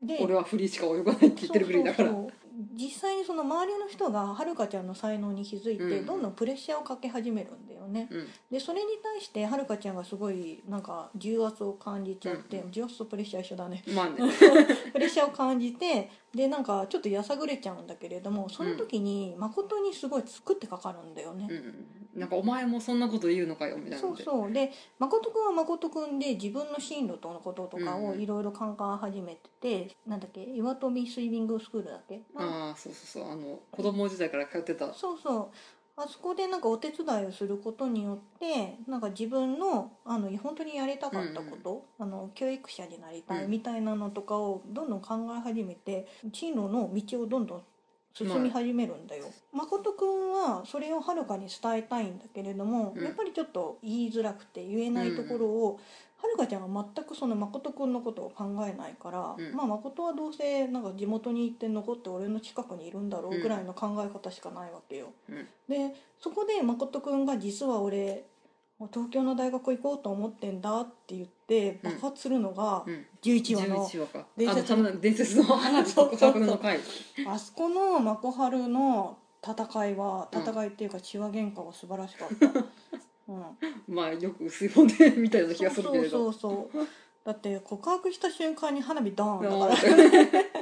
Speaker 1: で
Speaker 2: 俺はフリーしか泳がないって言ってるフリーだから
Speaker 1: そうそうそう実際にその周りの人がはるかちゃんの才能に気づいて、
Speaker 2: うん
Speaker 1: どんどんプレッシャーをかけ始めるんだよね
Speaker 2: うん
Speaker 1: でそれに対してはるかちゃんがすごいなんか重圧を感じちゃって、
Speaker 2: うん
Speaker 1: 重圧とプレッシャー一緒だね [laughs]
Speaker 2: まあね
Speaker 1: プレッシャーを感じてでなんかちょっとやさぐれちゃうんだけれどもその時に誠にすごい作ってかかるんだよね、
Speaker 2: うんなんかお前もそんなこと言うのかよみたいな
Speaker 1: そ
Speaker 2: の
Speaker 1: う
Speaker 2: で
Speaker 1: そうで誠くんは誠くんで自分の進路とのこととかを
Speaker 2: うん
Speaker 1: いろいろ考え始めてて、なんだっけ岩富スイミングスクールだっけ、
Speaker 2: ああそうそうそうあの子供時代から通ってた
Speaker 1: そうそうあそこでなんかお手伝いをすることによってなんか自分のあの本当にやりたかったこと、あの教育者になりたいみたいなのとかをどんどん考え始めて進路の道をどんどん進み始めるんだよ。誠くんはそれをはるかに伝えたいんだけれども、
Speaker 2: うん
Speaker 1: やっぱりちょっと言いづらくて言えないところを、はるかちゃんは全くその誠くんのことを考えないから、
Speaker 2: うん
Speaker 1: まあ誠はどうせなんか地元に行って残って俺の近くにいるんだろうぐらいの考え方しかないわけよ。
Speaker 2: うん
Speaker 1: でそこで誠くんが実は俺東京の大学行こうと思ってんだって言って爆発するのが
Speaker 2: うん
Speaker 1: 11話の
Speaker 2: 11話か
Speaker 1: 伝
Speaker 2: あの
Speaker 1: 説の
Speaker 2: 多分伝説の花火告白の回
Speaker 1: あそこの真子春の戦いは戦いっていうか血は喧嘩は素晴らしか
Speaker 2: [laughs]
Speaker 1: った。うん、
Speaker 2: まあよく水本で見たような気がするけれ
Speaker 1: そ
Speaker 2: ど
Speaker 1: うそうそうそうだって告白した瞬間に花火ドーンだか
Speaker 2: あ
Speaker 1: ら。
Speaker 2: ー
Speaker 1: [laughs]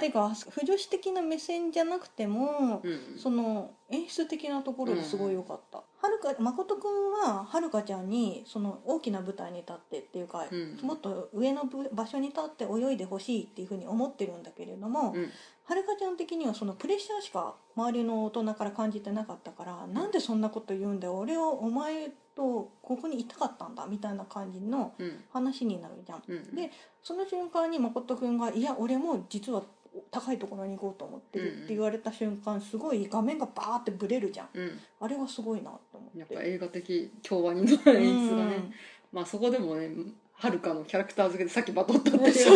Speaker 1: てか不女子的な目線じゃなくても、
Speaker 2: うん
Speaker 1: その演出的なところがすごい良かった。はるか誠くんははるかちゃんにその大きな舞台に立ってっていうか、
Speaker 2: うん
Speaker 1: もっと上のぶ場所に立って泳いでほしいっていうふうに思ってるんだけれども、
Speaker 2: うん
Speaker 1: はるかちゃん的にはそのプレッシャーしか周りの大人から感じてなかったから、なんでそんなこと言うんだよ俺はお前とここにいたかったんだみたいな感じの
Speaker 2: うん
Speaker 1: 話になるじゃん。
Speaker 2: うん
Speaker 1: でその瞬間に誠くんが「いや俺も実は高いところに行こうと思って
Speaker 2: うんう
Speaker 1: る」
Speaker 2: ん
Speaker 1: って言われた瞬間すごい画面がバーってブレるじゃん
Speaker 2: うん
Speaker 1: あれはすごいなって思って
Speaker 2: やっぱ映画的共和人の演出がね、
Speaker 1: うん
Speaker 2: まあそこでもねはるかのキャラクター付けでさっきバトったって [laughs] いう
Speaker 1: そ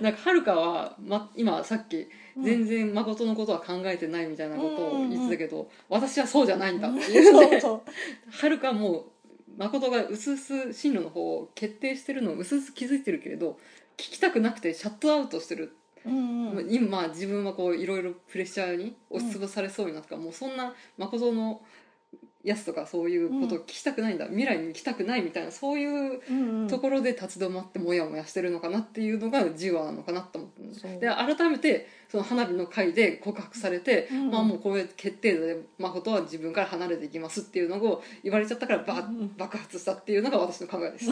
Speaker 2: なんかはるかは、ま、今さっき
Speaker 1: う
Speaker 2: 全然誠のことは考えてないみたいなことを言ってたけど、私はそうじゃないんだっていう
Speaker 1: そ
Speaker 2: ね
Speaker 1: うそう
Speaker 2: [laughs] はるかはもう誠がうすうす進路の方を決定してるのをうすうす気づいてるけれど聞きたくなくてシャットアウトしてる、 [laughs]
Speaker 1: うんうん
Speaker 2: 今自分はこういろいろプレッシャーに押しつぶされそうになったから、もうそんな誠のやつとかそういうことを聞きたくないんだ、未来に行きたくないみたいなそういう
Speaker 1: うんうん
Speaker 2: ところで立ち止まってモヤモヤしてるのかなっていうのが10話なのかなと思ってます
Speaker 1: そう
Speaker 2: で改めてその花火の会で告白されて、
Speaker 1: うん
Speaker 2: まあもうこういう決定打で誠は自分から離れていきますっていうのを言われちゃったからば、
Speaker 1: うん
Speaker 2: 爆発したっていうのが私の考えです。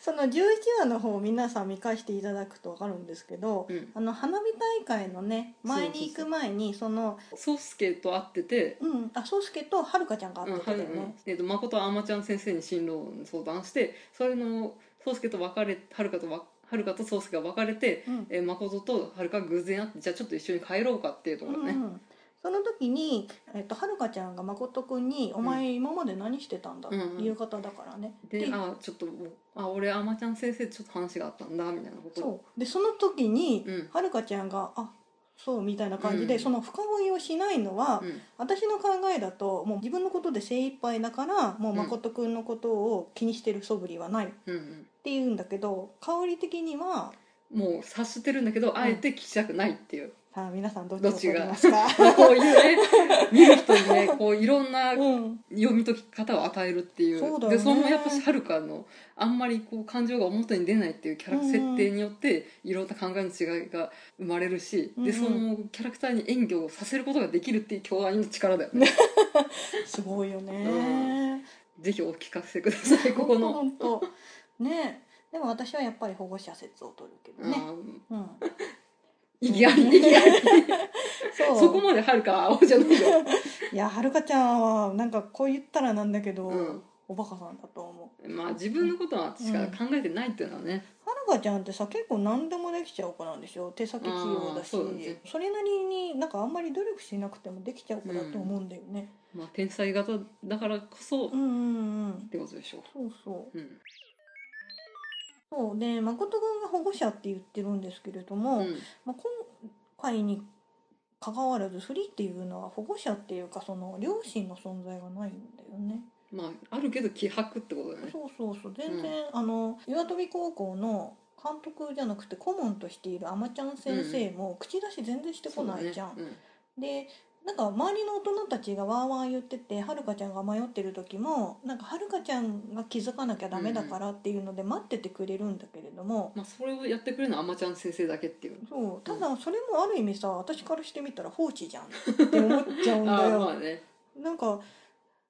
Speaker 1: その11話の方を皆さん見返していただくと分かるんですけど、
Speaker 2: うん
Speaker 1: あの花火大会のね前に行く前にその
Speaker 2: 宗介と会ってて、
Speaker 1: うんあ宗介とはるかちゃんが
Speaker 2: う
Speaker 1: 会
Speaker 2: ん
Speaker 1: っ
Speaker 2: は
Speaker 1: てたよ
Speaker 2: い
Speaker 1: ね、
Speaker 2: うんえっと誠はあまちゃん先生に進路を相談してそれの宗介と別れはるかとわはるかと宗介が別れて、
Speaker 1: うん
Speaker 2: えー誠とはるかが偶然会ってじゃあちょっと一緒に帰ろうかっていうところだね。
Speaker 1: うんうんその時に、えっとはるかちゃんが誠くんに「お前今まで何してたんだ」
Speaker 2: うんうん
Speaker 1: 夕方だからね。
Speaker 2: で「あちょっとあ俺あまちゃん先生とちょっと話があったんだ」みたいなことを
Speaker 1: そうでその時に、
Speaker 2: うん
Speaker 1: はるかちゃんが「あそう」みたいな感じで、
Speaker 2: うん
Speaker 1: その深追いをしないのは、
Speaker 2: うん
Speaker 1: 私の考えだともう自分のことで精一杯だからもう誠くんのことを気にしてる素振りはないっ
Speaker 2: うん
Speaker 1: ていうんだけど香り的には
Speaker 2: うん、もう察してるんだけど、あえて聞きたくないっていう、
Speaker 1: さあ皆さんどっち
Speaker 2: ど
Speaker 1: を
Speaker 2: っち
Speaker 1: 取り
Speaker 2: が
Speaker 1: ますか
Speaker 2: こう
Speaker 1: [laughs]
Speaker 2: いうね見る人にねこういろんな
Speaker 1: うん
Speaker 2: 読み解き方を与えるっていう
Speaker 1: そうだよね
Speaker 2: でそのやっぱしはるかのあんまりこう感情が表に出ないっていうキャラ
Speaker 1: うんうん
Speaker 2: 設定によっていろんな考えの違いが生まれるし、
Speaker 1: うんう
Speaker 2: で
Speaker 1: ん
Speaker 2: そのキャラクターに演技をさせることができるっていう共愛の力だよね。
Speaker 1: すごいよね。
Speaker 2: うぜひお聞かせくださいここ
Speaker 1: [laughs]
Speaker 2: の。
Speaker 1: 本当ねえでも私はやっぱり保護者説を取るけどね、
Speaker 2: うん
Speaker 1: うん、
Speaker 2: 意義あり意義あり
Speaker 1: そう
Speaker 2: [laughs] そこまではるか青じゃないよ。
Speaker 1: いやはるかちゃんはなんかこう言ったらなんだけど、
Speaker 2: うん
Speaker 1: おバカさんだと思う
Speaker 2: [laughs] まあ自分のことはしか考えてないっていうのはね、
Speaker 1: はるかちゃんってさ結構何でもできちゃう子なんでしょ手先器用だし
Speaker 2: あーそ
Speaker 1: そ,、
Speaker 2: うだね
Speaker 1: れなりになんかあんまり努力しなくてもできちゃう子だと思うんだよね、
Speaker 2: まあ天才型だからこそっ
Speaker 1: うん、うんうん
Speaker 2: てことでしょう。
Speaker 1: そうそう
Speaker 2: うん。
Speaker 1: そうで誠くんが保護者って言ってるんですけれども、
Speaker 2: うん。
Speaker 1: まあ、今回に関わらずフリーっていうのは保護者っていうかその両親の存在がないんだよね。
Speaker 2: まああるけど気迫ってことだね。
Speaker 1: そうそうそう全然、あの岩飛高校の監督じゃなくて顧問としているあまちゃん先生も口出し全然してこないじゃん。
Speaker 2: そうだね
Speaker 1: でなんか周りの大人たちがわーわー言っててはるかちゃんが迷ってる時もなんかはるかちゃんが気づかなきゃダメだからっていうので待っててくれるんだけれども
Speaker 2: う、んまあそれをやってくれるのはあまちゃん先生だけっていう。
Speaker 1: そうただそれもある意味さ私からしてみたら放置じゃんって思っちゃうんだ
Speaker 2: [laughs] ああ
Speaker 1: よ
Speaker 2: ま。あね。
Speaker 1: なんか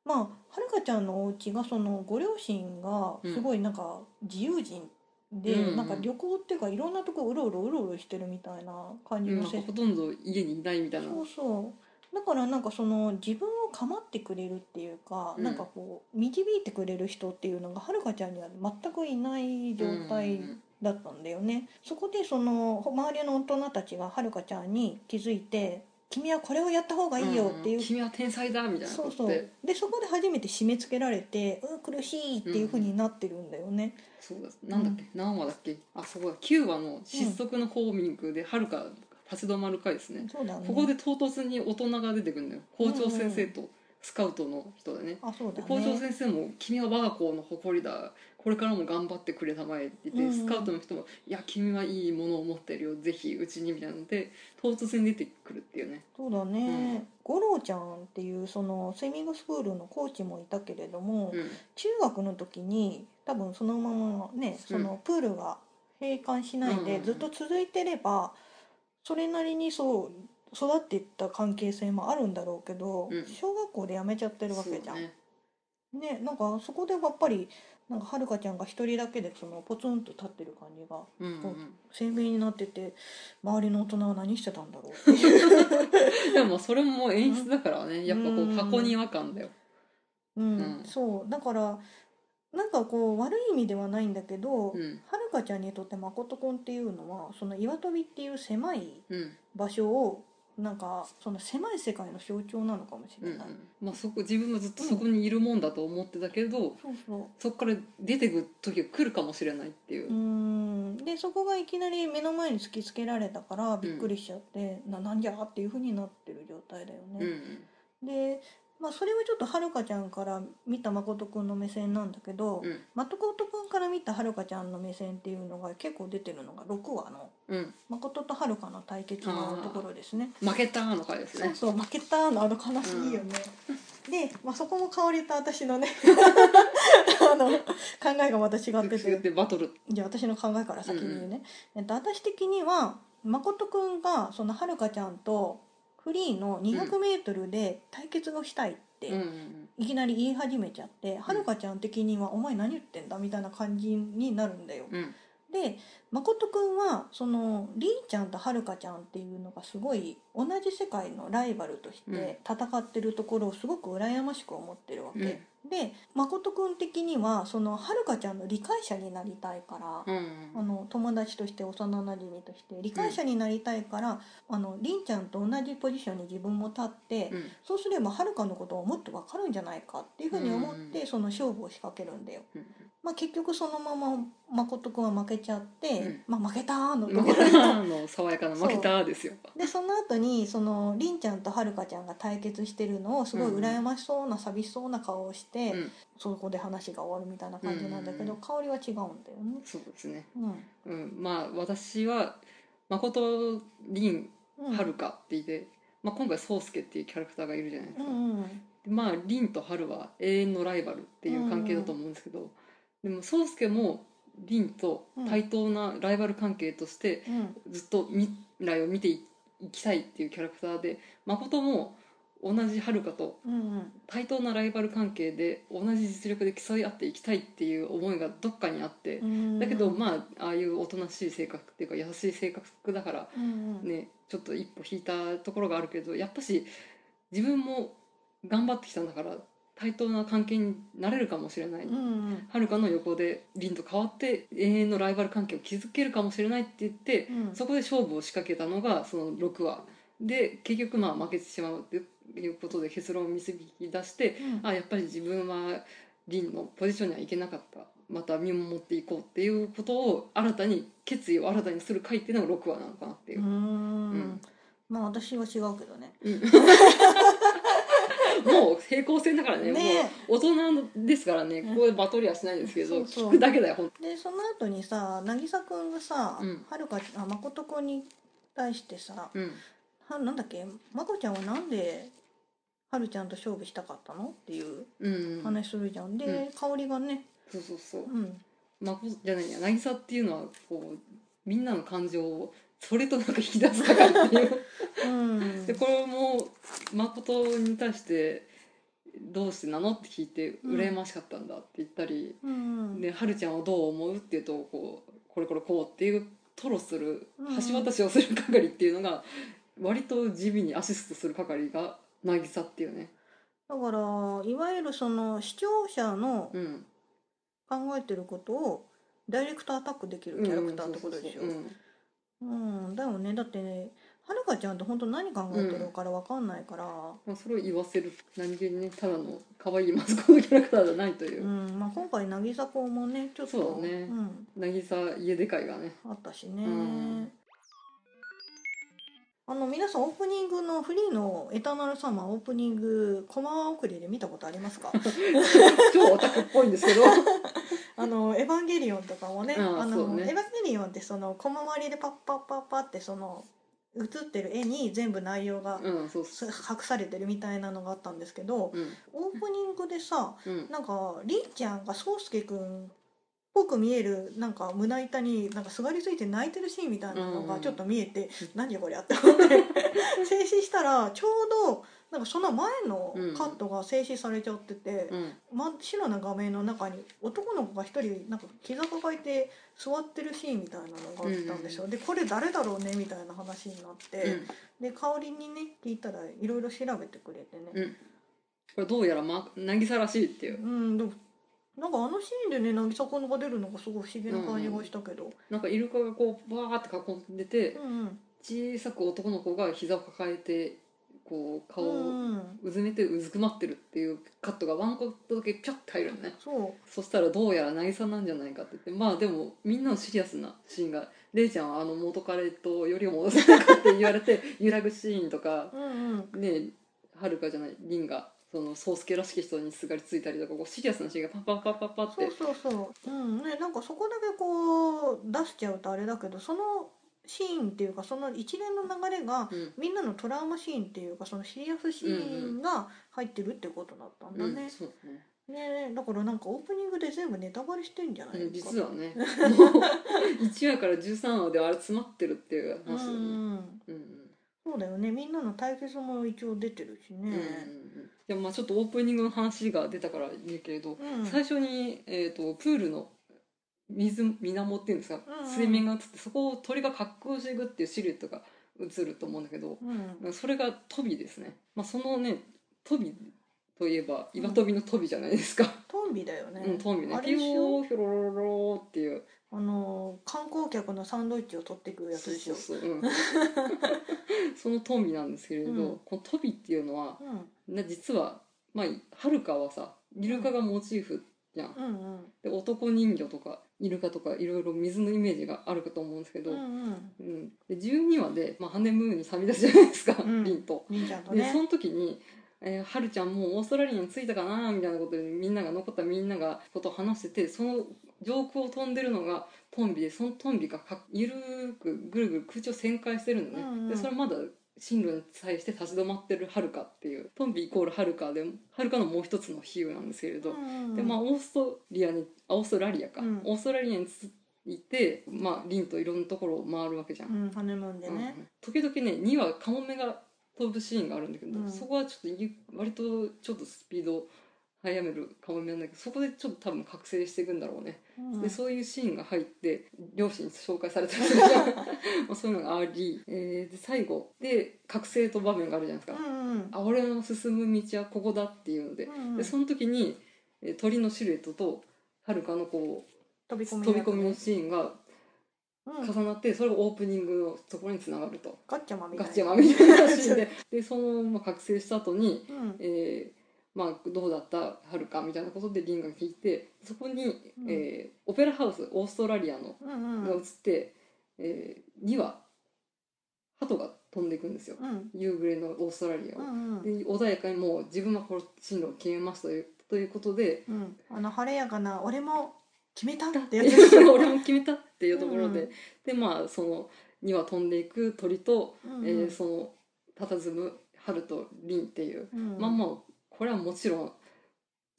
Speaker 1: まあはるかちゃんのお家がそのご両親が
Speaker 2: うん
Speaker 1: すごいなんか自由人で、
Speaker 2: うんうん
Speaker 1: なんか旅行っていうかいろんなとこうろうろうろうろしてるみたいな感じ
Speaker 2: うん
Speaker 1: の
Speaker 2: なんか
Speaker 1: せ、
Speaker 2: ほとんど家にいないみたいな。
Speaker 1: そうそうだからなんかその自分を構ってくれるっていうか、
Speaker 2: うん
Speaker 1: なんかこう導いてくれる人っていうのがはるかちゃんには全くいない状態だったんだよねそこでその周りの大人たちがはるかちゃんに気づいて「君はこれをやった方がいいよ」っていう、
Speaker 2: ん君は天才だみたいな
Speaker 1: そ
Speaker 2: こ
Speaker 1: う
Speaker 2: と
Speaker 1: そ
Speaker 2: っ
Speaker 1: う
Speaker 2: て
Speaker 1: でそこで初めて締め付けられて「うん苦しい」っていう風になってるんだよね、
Speaker 2: そうだなんだっけ、何話だっけあそこだ9話の失速のホーミングではるか立ち止まる回ですね、
Speaker 1: そうだね
Speaker 2: ここで唐突に大人が出てくるんだよ校長先生とスカウトの人だね、
Speaker 1: あそうだ
Speaker 2: で
Speaker 1: ね
Speaker 2: 校長先生も「君は我が校の誇りだこれからも頑張ってくれたまえ」って言って、
Speaker 1: うんうん
Speaker 2: スカウトの人も「いや君はいいものを持ってるよぜひうちに」みたいなので唐突に出てくるっていうね
Speaker 1: そうだね、五郎ちゃんっていうそのスイミングスクールのコーチもいたけれども、
Speaker 2: うん
Speaker 1: 中学の時に多分そのままねそのプールが閉館しない
Speaker 2: うんうん
Speaker 1: で
Speaker 2: うん
Speaker 1: ずっと続いてればそれなりにそう育っていった関係性もあるんだろうけど、
Speaker 2: うん
Speaker 1: 小学校で辞めちゃってるわ
Speaker 2: そう
Speaker 1: けじゃん。ね
Speaker 2: ね
Speaker 1: なんかそこでやっぱりなんかはるかちゃんが一人だけでそのポツンと立ってる感じが
Speaker 2: うんうんう
Speaker 1: こ
Speaker 2: ん
Speaker 1: 鮮明になってて周りの大人は何してたんだろうっていう。
Speaker 2: でもそれも演出だからねやっぱこ
Speaker 1: う
Speaker 2: うん箱庭感だよ
Speaker 1: うん
Speaker 2: うん
Speaker 1: そうだからなんかこう悪い意味ではないんだけど、
Speaker 2: うん
Speaker 1: はるかちゃんにとってまことくんっていうのはその岩飛びっていう狭い
Speaker 2: うん
Speaker 1: 場所をなんかその狭い世界の象徴なのかもし
Speaker 2: う
Speaker 1: れ
Speaker 2: ん
Speaker 1: ない、
Speaker 2: まあそこ自分がずっとそこにいるもんだと思ってたけど、
Speaker 1: そうそう
Speaker 2: そこから出てく時が来るかもしれないってい
Speaker 1: う
Speaker 2: う
Speaker 1: ー、んでそこがいきなり目の前に突きつけられたからびっくりしちゃって、ななんじゃっていうふうになってる状態だよ
Speaker 2: うんう
Speaker 1: ね、
Speaker 2: ん
Speaker 1: で、まあ、それはちょっとはるかちゃんから見たまことくんの目線なんだけど、
Speaker 2: うん
Speaker 1: まことくんから見たはるかちゃんの目線っていうのが結構出てるのが6話の
Speaker 2: うん、
Speaker 1: 誠とはるかの対決のところですね
Speaker 2: 負けたの回です
Speaker 1: そう
Speaker 2: ね
Speaker 1: そう負けたのあの悲しいよね、で、まあ、そこも香りと私のねあの考えがまた違って
Speaker 2: 言っててバトル
Speaker 1: じゃあ私の考えから先に言うね、えっと、私的には誠くんがそのはるかちゃんとフリーの 200m で対決をしたいって、
Speaker 2: うんうんうん
Speaker 1: いきなり言い始めちゃって、はるかちゃん的には「お前何言ってんだ」みたいな感じになるんだよ。
Speaker 2: うん
Speaker 1: で誠くんはそのりんちゃんとはるかちゃんっていうのがすごい同じ世界のライバルとして戦ってるところをすごく羨ましく思ってるわけ、で誠くん的にはそのはるかちゃんの理解者になりたいから、
Speaker 2: うん
Speaker 1: あの友達として幼なじみとして理解者になりたいから、あのりんちゃんと同じポジションに自分も立って、
Speaker 2: うんうん
Speaker 1: そうすればはるかのことをもっと分かるんじゃないかっていうふうに思っ
Speaker 2: うん
Speaker 1: てその勝負を仕掛けるんだよ。
Speaker 2: うん
Speaker 1: まあ、結局そのまま誠くんは負けちゃって、
Speaker 2: うん
Speaker 1: まあ、負けたーのと
Speaker 2: 負
Speaker 1: こ
Speaker 2: け
Speaker 1: ろ
Speaker 2: た
Speaker 1: に
Speaker 2: [laughs] ーの爽やかな
Speaker 1: そう
Speaker 2: 負けたーですよ。
Speaker 1: でその後にそのりんちゃんとはるかちゃんが対決してるのをすごい羨ましそうな寂しそうな顔をして、
Speaker 2: うん
Speaker 1: そこで話が終わるみたいな感じなんだけど、
Speaker 2: うん
Speaker 1: 香りは違うんだよね。
Speaker 2: そうですね。
Speaker 1: うん
Speaker 2: うん、まあ私は誠凛
Speaker 1: うん、
Speaker 2: 春香っていて、まあ今回宗介っていうキャラクターがいるじゃないです
Speaker 1: う
Speaker 2: か。
Speaker 1: んうん
Speaker 2: でまあ凛と春は永遠のライバルっていう関係だと思うんですけど、でも宗介も凛と対等なライバル関係として
Speaker 1: うん
Speaker 2: ずっと未来を見ていきたいっていうキャラクターで誠も同じはるかと
Speaker 1: うんうん
Speaker 2: 対等なライバル関係で同じ実力で競い合っていきたいっていう思いがどっかにあって、
Speaker 1: うん
Speaker 2: だけどまあああいうおとなしい性格っていうか優しい性格だから
Speaker 1: うんうん
Speaker 2: ねちょっと一歩引いたところがあるけどやっぱし自分も頑張ってきたんだから対等な関係になれるかもしれない、
Speaker 1: うんうん
Speaker 2: はるかの横で凛と変わって永遠のライバル関係を築けるかもしれないって言って、
Speaker 1: うん
Speaker 2: そこで勝負を仕掛けたのがその6話で結局まあ負けてしまうっていうことで結論を導き出して
Speaker 1: うん
Speaker 2: あやっぱり自分は凛のポジションにはいけなかったまた見守っていこうっていうことを新たに決意を新たにする回っていうのが6話なのかなっていうう、
Speaker 1: ん
Speaker 2: ん
Speaker 1: まあ私は違うけどね。
Speaker 2: もう平行線だからね
Speaker 1: ね
Speaker 2: もう大人ですからねここでバトりはしないですけど、
Speaker 1: そうそう
Speaker 2: 聞くだけだよほんと
Speaker 1: でその後にさ渚くんがさ、
Speaker 2: うん
Speaker 1: はるかあ誠くんに対してさ
Speaker 2: うん
Speaker 1: はなんだっけまこちゃんはなんではるちゃんと勝負したかったのっていう
Speaker 2: うん、
Speaker 1: 話するじゃん、で、
Speaker 2: う
Speaker 1: 香りがね、
Speaker 2: そうそうそう
Speaker 1: うん、
Speaker 2: まこじゃないや渚っていうのはこうみんなの感情をそれとなく引き出すからっていう
Speaker 1: うん、
Speaker 2: でこれも誠に対して「どうしてなの?」って聞いて「
Speaker 1: うん
Speaker 2: 羨ましかったんだ」って言ったり
Speaker 1: うん
Speaker 2: 「 [laughs] ではるちゃんをどう思う?」っていうとこう「これこれこう」っていう吐露する
Speaker 1: うん
Speaker 2: 橋渡しをする係っていうのが割と地味にアシストする係が渚っていうね。
Speaker 1: だからいわゆるその視聴者の
Speaker 2: うん
Speaker 1: 考えてることをダイレクトアタックできる
Speaker 2: うん
Speaker 1: キャラクターってことですよ。
Speaker 2: そうそうそう
Speaker 1: うん、だよねだってねはるかちゃんって本当何考えてるから分かんないから、
Speaker 2: まあ、それを言わせる何気にねただの可愛いマスコ
Speaker 1: [laughs]
Speaker 2: ットキャラクターじゃないというう、
Speaker 1: んまあ、今回渚子もねちょっ
Speaker 2: そう
Speaker 1: と
Speaker 2: だね
Speaker 1: ん、
Speaker 2: 渚家でかいがね
Speaker 1: あったしね、
Speaker 2: うん
Speaker 1: あの皆さんオープニングのフリーの「エターナルサマー」オープニングコマ送りで見たことあります
Speaker 2: [laughs]
Speaker 1: か
Speaker 2: 超オタクっぽいんですけど [laughs]
Speaker 1: あの「エヴァンゲリオン」とかもね「
Speaker 2: ああ
Speaker 1: あ
Speaker 2: そう
Speaker 1: の
Speaker 2: ね
Speaker 1: エヴァンゲリオン」ってそのコマ割りでパッパッパッパってその映ってる絵に全部内容が
Speaker 2: うんそうそ
Speaker 1: す隠されてるみたいなのがあったんですけど
Speaker 2: ううん
Speaker 1: オープニングでさ
Speaker 2: うん
Speaker 1: なんかりんちゃんがそうすけくんっぽく見えるなんか胸板になんかすがりついて泣いてるシーンみたいなの
Speaker 2: う
Speaker 1: が
Speaker 2: ん
Speaker 1: ちょっと見えて、何これやって思って静止したらちょうどなんかその前のカットが静止されちゃってて、
Speaker 2: うん
Speaker 1: 真っ白な画面の中に男の子が一人なんか膝抱えて座ってるシーンみたいなのがあったんですよ、でこれ誰だろうねみたいな話になって。
Speaker 2: うん
Speaker 1: で香りにね聞いたらいろいろ調べてくれてね
Speaker 2: これどうやら、ま、渚らしいっていう
Speaker 1: うんでもなんかあのシーンでね渚子のが出るのがすごい不思議な感じがしたけど
Speaker 2: なんかイルカがこうバーって囲んでて
Speaker 1: うんうん
Speaker 2: 小さく男の子が膝を抱えてこう顔を
Speaker 1: うん
Speaker 2: うずめてうずくまってるっていうカットがワンカットだけピャッて入るのね
Speaker 1: そ
Speaker 2: そしたらどうやら渚なんじゃないかって言ってまあでもみんなのシリアスなシーンが「レイちゃんはあの元彼とよりを戻せなか」って言われて揺らぐシーンとか
Speaker 1: ううんうん
Speaker 2: ねはるかじゃない凛がその宗介らしき人にすがりついたりとかこうシリアスなシーンがパンパンパンパンパンっ
Speaker 1: そ
Speaker 2: て
Speaker 1: うそうそううんねなんかそこだけこう出しちゃうとあれだけどそのシーンっていうかその一連の流れが
Speaker 2: うん
Speaker 1: みんなのトラウマシーンっていうかそのシリアスシーンが入ってるってことだったんだ
Speaker 2: うん
Speaker 1: ね、
Speaker 2: そうだね
Speaker 1: ねだからなんかオープニングで全部ネタバレしてんじゃない
Speaker 2: うん
Speaker 1: ですか、
Speaker 2: 実
Speaker 1: [laughs]
Speaker 2: はねもう1話から13話であれ詰まってるっていう
Speaker 1: う
Speaker 2: 話だよ
Speaker 1: んう
Speaker 2: ね
Speaker 1: ん
Speaker 2: うんうん
Speaker 1: そうだよねみんなの対決も一応出てるし
Speaker 2: うんうん
Speaker 1: ね、
Speaker 2: うんいやまあちょっとオープニングの話が出たから言うけれど
Speaker 1: うん
Speaker 2: 最初に、えー、とプールの水水面っていうんですか、
Speaker 1: うんうん
Speaker 2: 水面が映ってそこを鳥が滑空していくっていうシルエットが映ると思うんだけど
Speaker 1: うん
Speaker 2: それがトビですね、まあ、そのねトビといえば岩飛びのトビじゃないですか、
Speaker 1: トンビだよね、
Speaker 2: うん、トビね
Speaker 1: あれ
Speaker 2: ピヨ
Speaker 1: でしょ
Speaker 2: ーヒョロロローっていう
Speaker 1: あの観光客のサンドイッチを取ってくるやつ
Speaker 2: そう
Speaker 1: でし
Speaker 2: そ
Speaker 1: ょ
Speaker 2: うそう、うんそのトビなんです [laughs] けれど、
Speaker 1: うん
Speaker 2: このトビっていうのは
Speaker 1: うん
Speaker 2: な実はまあはるかはさイルカがモチーフじゃん、
Speaker 1: うんうん
Speaker 2: で男人魚とかイルカとかいろいろ水のイメージがあるかと思うんですけど、
Speaker 1: う
Speaker 2: うん
Speaker 1: んうん
Speaker 2: で12話で、まあ、ハネムーンに旅立つじゃないですか、
Speaker 1: うん
Speaker 2: リンと。
Speaker 1: りんちゃんと
Speaker 2: でそ
Speaker 1: ね
Speaker 2: の時に、えーはるちゃんもうオーストラリアに着いたかなみたいなことでみんなが残ったみんながことを話しててその上空を飛んでるのがトンビでそのトンビがかゆるーくぐるぐる空中を旋回してるのね、
Speaker 1: うんうん
Speaker 2: でそれまだ進路に際して立ち止まってるはるかっていうトンビイコールはるかではるかのもう一つの比喩なんですけれど、
Speaker 1: うん
Speaker 2: でまあ
Speaker 1: うん
Speaker 2: オーストリアにあオーストラリアか、
Speaker 1: うん
Speaker 2: オーストラリアについてまあリンといろんなところを回るわけじゃん、
Speaker 1: うんハネムーンでね
Speaker 2: うん時々ね2はカモメが飛ぶシーンがあるんだけど、
Speaker 1: うん
Speaker 2: そこはちょっとゆ割とちょっとスピード速めるカモメなんだけどそこでちょっと多分覚醒していくんだろうね、
Speaker 1: うん
Speaker 2: でそういうシーンが入って両親に紹介されたりするじゃ
Speaker 1: [laughs]
Speaker 2: んまあそういうのがあり、えーで最後で覚醒と場面があるじゃないですか、
Speaker 1: うんうん
Speaker 2: あ俺の進む道はここだっていうので、
Speaker 1: うんうん
Speaker 2: でその時にえー鳥のシルエットとはるかのこう
Speaker 1: 飛び込み
Speaker 2: 飛び込み
Speaker 1: の
Speaker 2: の
Speaker 1: やつ
Speaker 2: シーンが
Speaker 1: うん
Speaker 2: 重なってそれがオープニングのところにつながると、
Speaker 1: ガッチャマンみた
Speaker 2: ガ
Speaker 1: いな
Speaker 2: チャマンみたいなシーンででそのまあ覚醒した後に、
Speaker 1: うん
Speaker 2: えーまあ、どうだったはるかみたいなことでリンが聞いてそこに、
Speaker 1: うん
Speaker 2: えーオペラハウスオーストラリアの
Speaker 1: うん
Speaker 2: が
Speaker 1: う
Speaker 2: 映っ
Speaker 1: ん
Speaker 2: て、え2羽鳩が飛んでいくんですよ、
Speaker 1: うん
Speaker 2: 夕暮れのオーストラリアを。
Speaker 1: うんうん
Speaker 2: で穏やかにもう自分はこの進路を決めますというということで
Speaker 1: うんあの晴れやかな俺も決めたっ
Speaker 2: 「だってて
Speaker 1: やつでしょ
Speaker 2: [laughs] 俺も決めた」っていうところで、
Speaker 1: うん
Speaker 2: でまあその2羽飛んでいく鳥と、
Speaker 1: うんうん
Speaker 2: えーその佇む春と凛っていう、
Speaker 1: うん
Speaker 2: まあまあこれはもちろん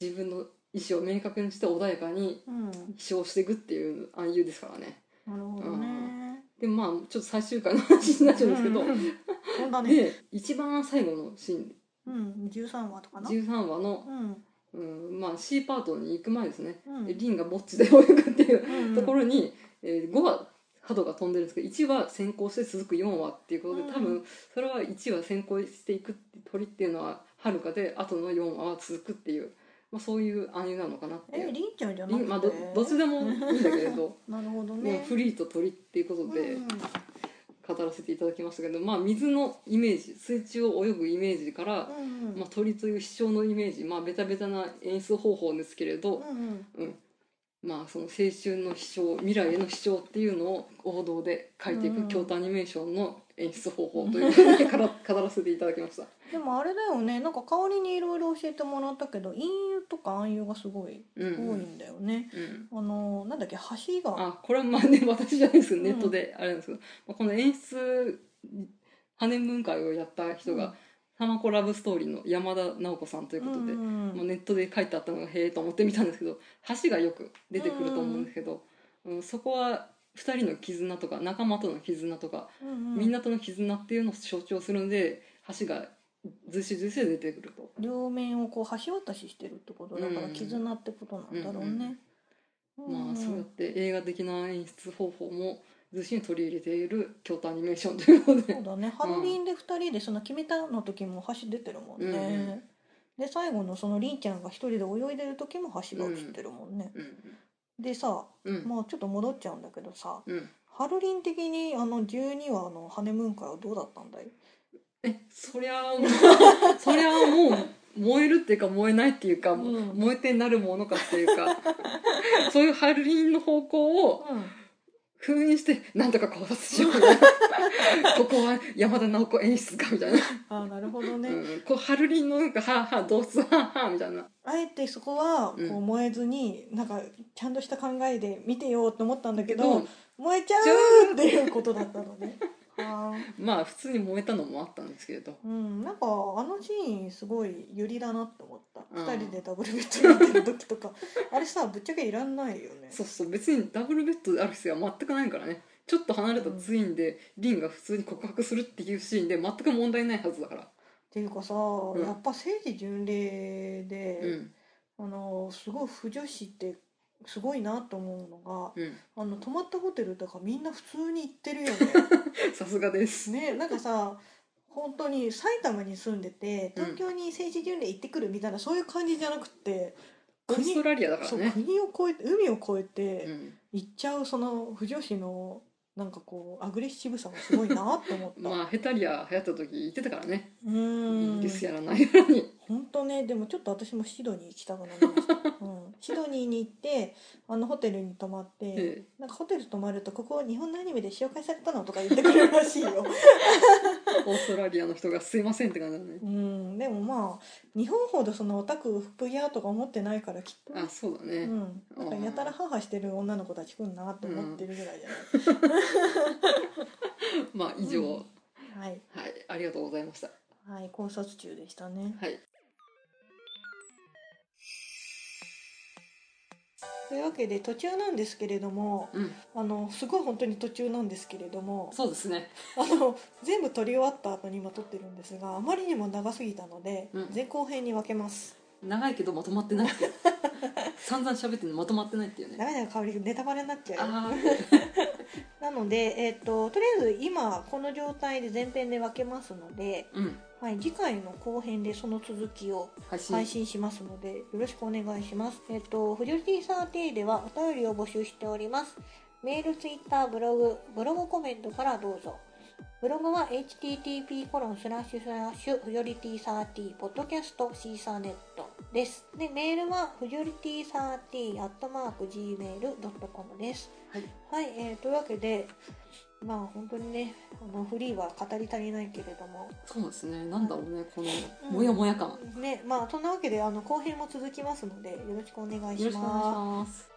Speaker 2: 自分の意思を明確にして穏やかに
Speaker 1: うん
Speaker 2: 飛翔していくっていう暗誘ですからね。
Speaker 1: なるほどね
Speaker 2: でまあちょっと最終回の話になっちゃうんですけど、
Speaker 1: うんうん飛んだね
Speaker 2: で一番最後のシーン
Speaker 1: うん13話とかな
Speaker 2: 13話の
Speaker 1: う、ん
Speaker 2: うんまあ、C パートに行く前ですね
Speaker 1: うん
Speaker 2: でリンがぼっちで泳ぐっていう
Speaker 1: うんうん
Speaker 2: ところに、え5は鳩が飛んでるんですけど1は先行して続く4はっていうことで、
Speaker 1: うん
Speaker 2: 多分それは1は先行していく鳥っていうのははるかで後の4話は続くっていうまあ、そういう暗喩なのかなってい
Speaker 1: え
Speaker 2: う、
Speaker 1: りんちゃんじゃな
Speaker 2: り
Speaker 1: くて、
Speaker 2: んまあ、どどっちでもいいんだけれ
Speaker 1: [laughs]
Speaker 2: ど、
Speaker 1: なるほど
Speaker 2: まあ
Speaker 1: ね
Speaker 2: フリーと鳥っていうことで
Speaker 1: うん
Speaker 2: 語らせていただきましたけど、まあ、水のイメージ水中を泳ぐイメージから、
Speaker 1: うんうん
Speaker 2: まあ、鳥という飛翔のイメージ、まあ、ベタベタな演出方法ですけれど、
Speaker 1: うんうん
Speaker 2: うんまあ、その青春の飛翔未来への飛翔っていうのを王道で書いてい
Speaker 1: うん
Speaker 2: く京都アニメーションの演出方法というふうに [laughs] から語らせていただきました。
Speaker 1: でもあれだよねなんか香りにいろいろ教えてもらったけど陰喩とか暗喩がすごい
Speaker 2: うんう
Speaker 1: 多い
Speaker 2: ん
Speaker 1: んだよね、
Speaker 2: うん
Speaker 1: あのなんだっけ橋が
Speaker 2: あこれはまあね私じゃないですけ
Speaker 1: う
Speaker 2: ど
Speaker 1: ん
Speaker 2: ネットであれなんですけど、まあ、この演出ハネムーン会をやった人
Speaker 1: うん
Speaker 2: が「ハマコラブストーリー」の山田直子さんといううこと
Speaker 1: ん
Speaker 2: で、
Speaker 1: うん
Speaker 2: まあ、ネットで書いてあったのがへえと思って見たんですけど橋がよく出てくると思うんですけど、うん、そこは2人の絆とか仲間との絆とか
Speaker 1: うんうん
Speaker 2: みんなとの絆っていうのを象徴するので橋がずしずし出てくると。
Speaker 1: 両面をこう橋渡ししてるってことだから
Speaker 2: うん
Speaker 1: 絆ってことなんだろうね。うん
Speaker 2: まあ、そうやって映画的な演出方法もずしに取り入れている京都アニメーションというので
Speaker 1: そうだねハロウィーンで2人でその決めたの時も橋出てるもんね。
Speaker 2: うんう
Speaker 1: で最後のそのりんちゃんが一人で泳いでる時も橋が映ってるもんね。
Speaker 2: うん
Speaker 1: でさ
Speaker 2: うん
Speaker 1: まあちょっと戻っちゃうんだけどさ
Speaker 2: うん、
Speaker 1: ハルリン的にあの12話のハネムーン会はどうだったんだい
Speaker 2: えそりゃあそりゃあもう燃えるっていうか燃えないっていうか、
Speaker 1: うん
Speaker 2: 燃えてなるものかっていうかそういうハルリンの方向を封印してなんとか考
Speaker 1: [laughs]
Speaker 2: 察しようみたいなここは山田直子演出かみたいな、
Speaker 1: ああなるほどね、
Speaker 2: うん、こうハルリンのなんかはあはあ同室はあはあみたいな
Speaker 1: あえてそこはこ
Speaker 2: う
Speaker 1: うん燃えずに、なんかちゃんとした考えで見てようと思ったんだけ
Speaker 2: け
Speaker 1: ど、
Speaker 2: ど
Speaker 1: 燃えちゃうっていうことだったの [laughs] ね。はあ
Speaker 2: まあ普通に燃えたのもあったんですけれど
Speaker 1: うん、なんかあのシーンすごいユリだなって思った、
Speaker 2: うん
Speaker 1: 2人でダブルベッドやってる時
Speaker 2: [laughs]
Speaker 1: とかあれさぶっちゃけいらんないよね
Speaker 2: そうそう別にダブルベッドである必要は全くないからねちょっと離れたツインで、リンが普通に告白するっていうシーンで全く問題ないはずだから、
Speaker 1: っていうかさ、
Speaker 2: ん
Speaker 1: やっぱ聖地巡礼
Speaker 2: う
Speaker 1: で、
Speaker 2: ん
Speaker 1: あのすごい不女子ってすごいなと思うのが
Speaker 2: うん、
Speaker 1: あの泊まったホテルとかみんな普通に行ってるよね
Speaker 2: [laughs] さすがです、
Speaker 1: ねなんかさ本当に埼玉に住んでて東京に聖地巡礼行ってくるみたいな、そういう感じじゃなくて
Speaker 2: オーストラリアだから
Speaker 1: そう
Speaker 2: ね
Speaker 1: 国を越えて海を越えて、
Speaker 2: うん
Speaker 1: 行っちゃうその不女子のなんかこうアグレッシブさもすごいなって思った、 [laughs]
Speaker 2: まあヘタリア流行った時言ってたからね、
Speaker 1: うー
Speaker 2: イ
Speaker 1: ん
Speaker 2: ギリスやらないように
Speaker 1: 本当ねでもちょっと私もシドニー行きたくなりました、うん、シドニーに行ってあのホテルに泊まって、
Speaker 2: え
Speaker 1: なんかホテル泊まるとここ日本のアニメで紹介されたのとか言ってくれるらしいよ
Speaker 2: えオーストラリアの人が「すいません」って感じだね
Speaker 1: うんでもまあ日本ほどそのオタクフプギャーとか思ってないからきっと
Speaker 2: あそうだ
Speaker 1: う
Speaker 2: ね、
Speaker 1: ん、なんかやたらハーハーしてる女の子たち来んなと思ってるぐらいじゃない、
Speaker 2: まあ以上、
Speaker 1: うんはい
Speaker 2: はいありがとうございました
Speaker 1: はい考察中でしたね
Speaker 2: はい
Speaker 1: というわけで途中なんですけれども
Speaker 2: うん
Speaker 1: あのすごい本当に途中なんですけれども
Speaker 2: そうですね
Speaker 1: あの全部撮り終わった後に今撮ってるんですがあまりにも長すぎたので、
Speaker 2: うん
Speaker 1: 前後編に分けます
Speaker 2: 長いけどまとまってないっていう散々喋ってんのにまとまってないっていうね
Speaker 1: ダメだよ香りネタバレになっちゃうよ
Speaker 2: ああ
Speaker 1: なので、えっととりあえず今この状態で前編で分けますので、
Speaker 2: うん
Speaker 1: はい、次回の後編でその続きを
Speaker 2: 配信
Speaker 1: 配信しますのでよろしくお願いします。えっ、と、フジョリティサーティではお便りを募集しております。メール、ツイッター、ブログ、ブログコメントからどうぞ。ブログは http コロンスラッシュスラッシュフジョリティサーティポッドキャストシーサーネットです。で、メールはフジョリティサーティアットマーク gmail.com です。
Speaker 2: はい、
Speaker 1: はい、えー、というわけで、まあ本当にね、あのフリーは語り足りないけれども、
Speaker 2: そうですねなんだろうねこ
Speaker 1: う
Speaker 2: の
Speaker 1: ん
Speaker 2: モヤモヤ感、よ
Speaker 1: ねまあそんなわけであの後編も続きますのでよろしくお願い
Speaker 2: ろ
Speaker 1: し
Speaker 2: しくお願いし
Speaker 1: ます。
Speaker 2: ます